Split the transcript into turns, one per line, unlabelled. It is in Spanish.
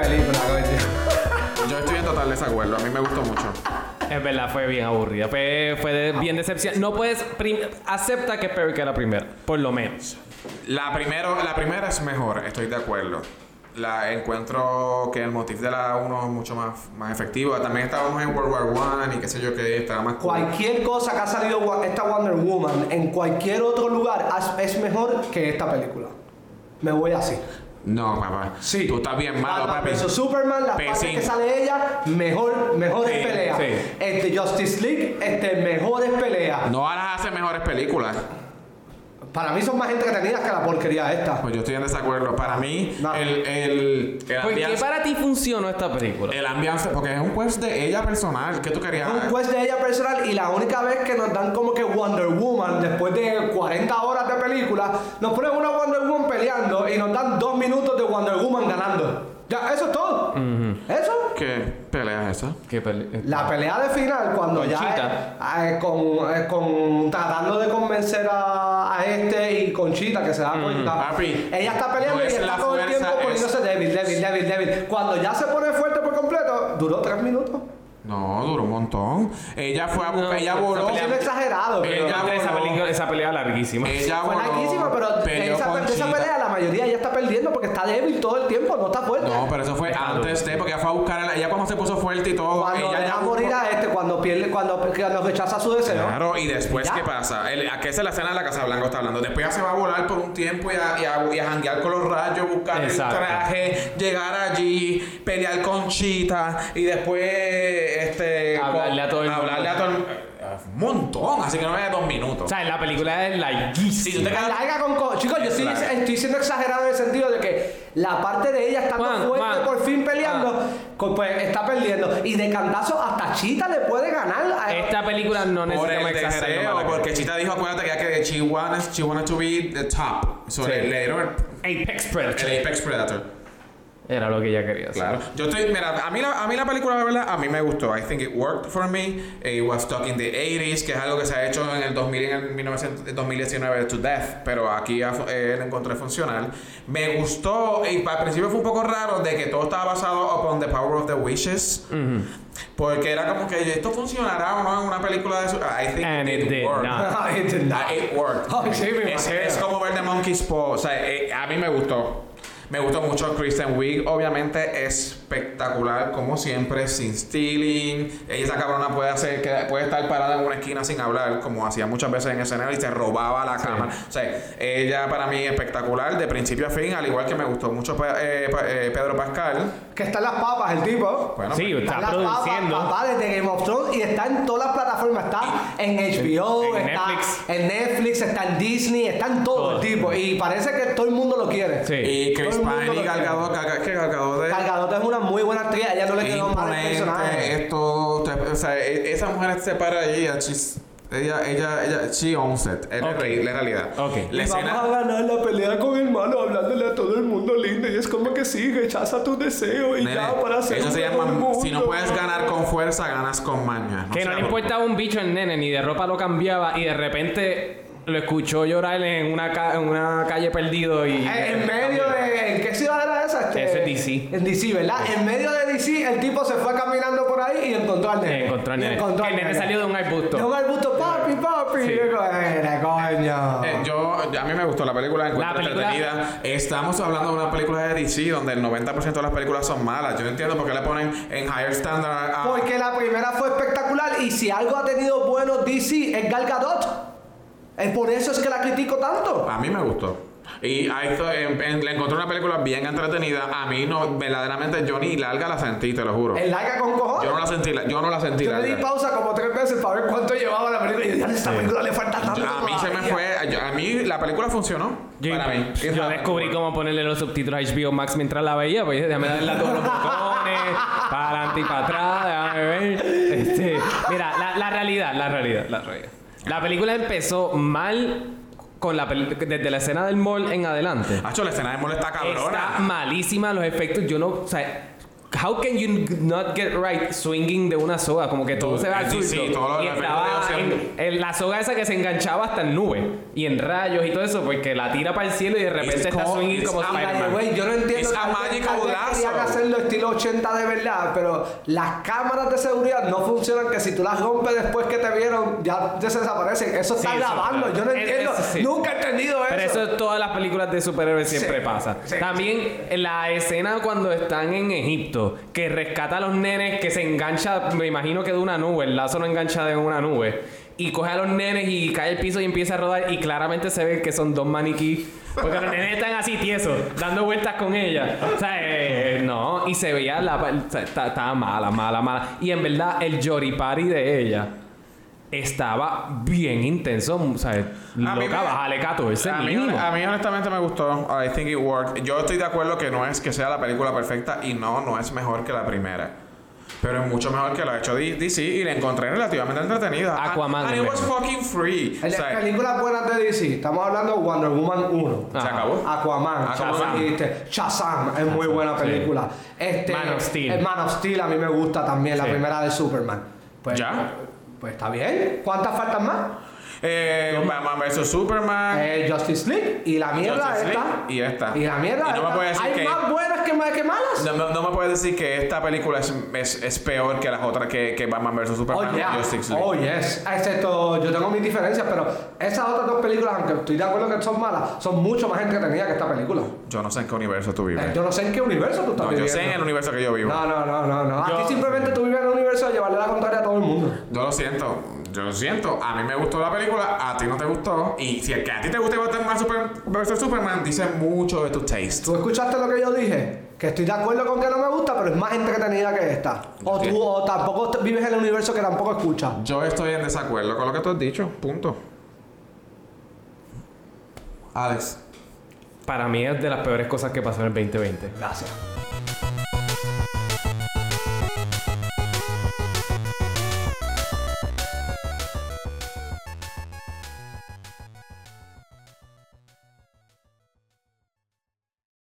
película, coño.
Yo estoy en total desacuerdo. A mí me gustó mucho.
Es verdad, fue bien aburrida. Fue, fue de- bien decepcionante. No puedes. prim- Acepta que Perry que era primera, por lo menos.
La, primero, la primera es mejor, estoy de acuerdo. La encuentro que el motif de la 1 es mucho más, más efectivo. También estábamos en World War One y qué sé yo qué, estaba más cool.
Cualquier cosa que ha salido wa- esta Wonder Woman en cualquier otro lugar as- es mejor que esta película. Me voy así.
No, papá.
Sí.
Tú estás bien malo,
Batman
papi.
versus Superman, las
Pecín.
partes que sale ella, mejor, mejores
Sí,
peleas.
sí.
Este Justice League, este mejores peleas.
No las hace mejores películas.
Para mí son más entretenidas que la porquería esta.
Pues yo estoy en desacuerdo. Para mí,
No.
el, el, el
¿Por qué
ambiance-
para ti funcionó esta película?
el ambiance, porque es un quest de ella personal. ¿Qué tú querías?
Es un quest de ella personal y la única vez que nos dan como que Wonder Woman después de 40 horas de película, nos ponen una Wonder Woman peleando y nos dan dos minutos de Wonder Woman ganando. Ya, eso es todo. Eso.
¿Qué pelea es esa?
¿Qué
eh?
peli-
La pelea de final, cuando
Con
ya
Cheetah.
eh, eh, con, eh, con- tratando de convencer a, a este y Conchita que se da cuenta.
papi,
ella está peleando
no
y
es
está
la
todo el
fuerza,
tiempo
es-
poniéndose débil, débil, débil, débil. Cuando ya se pone fuerte por completo, duró tres minutos.
No, duró un montón. Ella fue a
No,
ella
esa
voló.
Es exagerado, pero
Ella
Entre esa,
voló.
película- esa pelea larguísima.
Ella
fue
voló,
larguísima, pero
peleó
esa,
con
de esa
Cheetah.
pelea la mayoría ya está perdiendo porque está débil todo el tiempo, no está fuerte.
No, pero eso fue antes de, porque ella fue a buscar a la, ella cuando se puso fuerte y todo.
cuando
ella
deja
ya
morir a este, cuando pierde, cuando, cuando rechaza su deseo.
Claro, y después,
Ya.
¿qué pasa? El, ¿A qué se la cena de la Casa Blanca está hablando? Después ya se va a volar por un tiempo y a, y a, y a janguear con los rayos, buscar
Exacto.
el traje, llegar allí, pelear con Chita y después este,
Hablarle a todo el
hablarle a todo el- eh, Un montón, así que no me da dos minutos.
O sea, la película es
si tú
larguísima.
te quedas-
Larga con co- Chicos, yo estoy,
Claro.
estoy siendo exagerado en el sentido de que la parte de ella estando
Juan,
fuerte
Juan. Ah.
por fin peleando, co- pues está perdiendo. Y de cantazo hasta Chita le puede ganar. a-
Esta película no
Por
necesita
el
exagerar.
deseo, porque Chita dijo, acuérdate que ella que she wants, she wanted to be the top. So
Sí.
le, le dieron
Apex
el,
Predator.
el Apex Predator.
Era lo que ella quería hacer.
Claro. Yo estoy, mira, a mí, la, a mí la película, la verdad, a mí me gustó. I think it worked for me. It was stuck in the 80s, que es algo que se ha hecho en el 2000 y en el 1900 2019 to death, pero aquí a- eh, la encontré funcional. Me gustó, y al principio fue un poco raro de que todo estaba basado upon the power of the wishes. Porque era como que esto funcionará o no en una película de su. I think
And it did
worked.
not.
Ay, de nada.
Ah, it worked.
Ay, Oh, sí, me
es,
imagino.
es como ver The Monkey's Paw. O sea, eh, a mí me gustó. Me gustó mucho Kristen Wiig. Obviamente espectacular, como siempre, sin stealing. Ella, esa cabrona puede, hacer, que- puede estar parada en una esquina sin hablar, como hacía muchas veces en escenario, y se robaba la cámara. O sea, ella para mí espectacular de principio a fin, al igual que me gustó mucho pe- eh, pa- eh, Pedro Pascal.
Que están las papas, el tipo.
Bueno,
Sí,
pues,
está
las
produciendo.
Papas, papas desde Game of Thrones y está en todas las plataformas. Está en HBO,
en
está
Netflix.
en Netflix, está en Disney, está en todo,
Todo.
el tipo. Y parece que todo el mundo lo quiere.
Sí.
y
Todo
Chris
el mundo
Pine y
lo
Gal
quiere.
Gadot, Gal Gadot- que Gal Gadot es-
Cargadota es una muy buena actriz, a ella no le
Es
quedó mal el personaje.
imponente, es todo. te- O sea, e- esa mujer se para ahí, ella, she's- ella, ella, ella, she owns it. Es la
Ok.
re- la realidad.
Ok.
La
Y
escena.
Vamos a ganar la pelea con el malo, hablándole a todo el mundo lindo. Y es como que sí, rechaza tu deseo y
nene,
ya para hacer.
ellos
un
se
mejor
llaman.
mundo.
Si no puedes ganar con fuerza, ganas con maña.
Que no
sea
le
por-
importaba un bicho el nene, ni de ropa lo cambiaba y de repente lo escuchó llorar en una, ca- en una calle perdido y...
En, Eh,
eh,
en medio de. ¿En qué ciudad era esa? Este,
Eso es DC.
En DC, ¿verdad? En medio de DC, el tipo se fue caminando por ahí y encontró al nene.
Sí, encontró al
Y
nene.
encontró
Que
al
el nene salió de un arbusto.
De un arbusto, papi, papi.
Sí.
Y yo, "Era, coño.
Eh, yo, yo- a mí me gustó la película, la encuentro
La película-
entretenida. Estamos hablando de una película de DC donde el 90% de las películas son malas. Yo no entiendo por qué le ponen en higher standard a-
Porque la primera fue espectacular y si algo ha tenido bueno DC es Gal Gadot. Es por eso es que la critico tanto.
A mí me gustó. Y ahí estoy- en- en- le encontré una película bien entretenida. A mí no, verdaderamente yo ni larga la sentí, te lo juro.
El larga con cojones.
Yo no la sentí, la- yo no la sentí.
Yo le
larga.
di pausa como tres veces para ver cuánto llevaba la película. Y yo dije, esta película le falta tanto.
a mí se me
todavía". Eh,
fue, a, yo- a mí la película funcionó.
Yo,
para mí.
yo descubrí cómo ponerle los subtítulos a HBO Max mientras la veía, pues déjame darle a todos los botones, para adelante y para atrás, déjame ver. Este, mira, la, la realidad, la realidad, la realidad. La película empezó mal con la peli- desde la escena del mall en adelante.
Hacho, la escena de Mole está cabrona.
Está malísima los efectos. Yo no, o sea, How can you not get right swinging de una soga? Como que todo
Dude,
se va al
sí, sí,
surco.
todo lo de
Y
la
estaba
película, o sea,
en, en la soga esa que se enganchaba hasta en nubes y en rayos y todo eso, porque la tira para el cielo y de repente está
called-
swinging
it's
como
a
Mira,
Spider-Man.
güey, yo no entiendo.
It's a
tal vez-
magical
tal vez
lasso.
Querían hacerlo estilo 80 de verdad, pero las cámaras de seguridad no funcionan. Que si tú las rompes después que te vieron, ya te desaparecen. Eso está
Sí, eso,
grabando. Yo no
es-
entiendo.
eso sí.
Nunca he entendido eso.
Pero eso en todas las películas de superhéroes siempre
Sí,
pasa.
sí,
También en la escena cuando están en Egipto, que rescata a los nenes, que se engancha, me imagino que de una nube, el lazo no engancha de una nube. Y coge a los nenes y cae al piso y empieza a rodar y claramente se ve que son dos maniquí. Porque los nenes están así tiesos, dando vueltas con ella. O sea, eh, no, y se veía la... o sea, está- Estaba mala, mala, mala. Y en verdad el yoripari de ella estaba bien intenso. O sea, loca,
mí me-
bájale 14
A mí,
mínimo.
a mí honestamente me gustó. I think it worked. Yo estoy de acuerdo que no es que sea la película perfecta y no, no es mejor que la primera. Pero es mucho mejor que la ha hecho D- DC y la encontré relativamente entretenida.
Aquaman
And, and
es
it was
mejor.
fucking free. O
En las
sea,
películas buenas de DC, estamos hablando de Wonder Woman 1.
se
Ajá.
acabó.
Aquaman,
Aquaman.
como dijiste, Shazam, es muy buena
sí.
película. Este,
Man of Steel.
eh, Man of Steel a mí me gusta también, la
Sí.
primera de Superman. Pues,
¿Ya?
Pues está bien. ¿Cuántas faltan más?
Eh, Batman vs Superman.
Eh, Justice League y la mierda
Ah. Justice
esta.
League y esta.
Y la mierda
Y no me
esta.
puedes decir
Hay
que-
más buenas que, más que malas.
No, no- no me puedes decir que esta película es, es- es peor que las otras que, que Batman vs Superman
Oh, yeah.
y Justice League.
oh yes. Excepto, yo tengo mis diferencias, pero esas otras dos películas, aunque estoy de acuerdo que son malas, son mucho más entretenidas que esta película.
Yo no sé en qué universo tú
Eh,
vives.
Yo no sé en qué universo tú estás
No, yo
viviendo.
sé en el universo que yo vivo.
No, no, no, no, no.
Yo-
Aquí simplemente tú vives en el universo de llevarle la contraria a todo el mundo.
Yo lo siento, yo lo siento. A mí me gustó la película, a ti no te gustó. Y si es que a ti te gusta Batman Super, vs Superman, dice mucho de tu taste.
¿Tú escuchaste lo que yo dije? Que estoy de acuerdo con que no me gusta, pero es más entretenida que esta. O
Sí.
tú, o tampoco te- vives en el universo que tampoco escuchas.
Yo estoy en desacuerdo con lo que tú has dicho, punto. Alex.
Para mí es de las peores cosas que pasó en el 2020.
Gracias.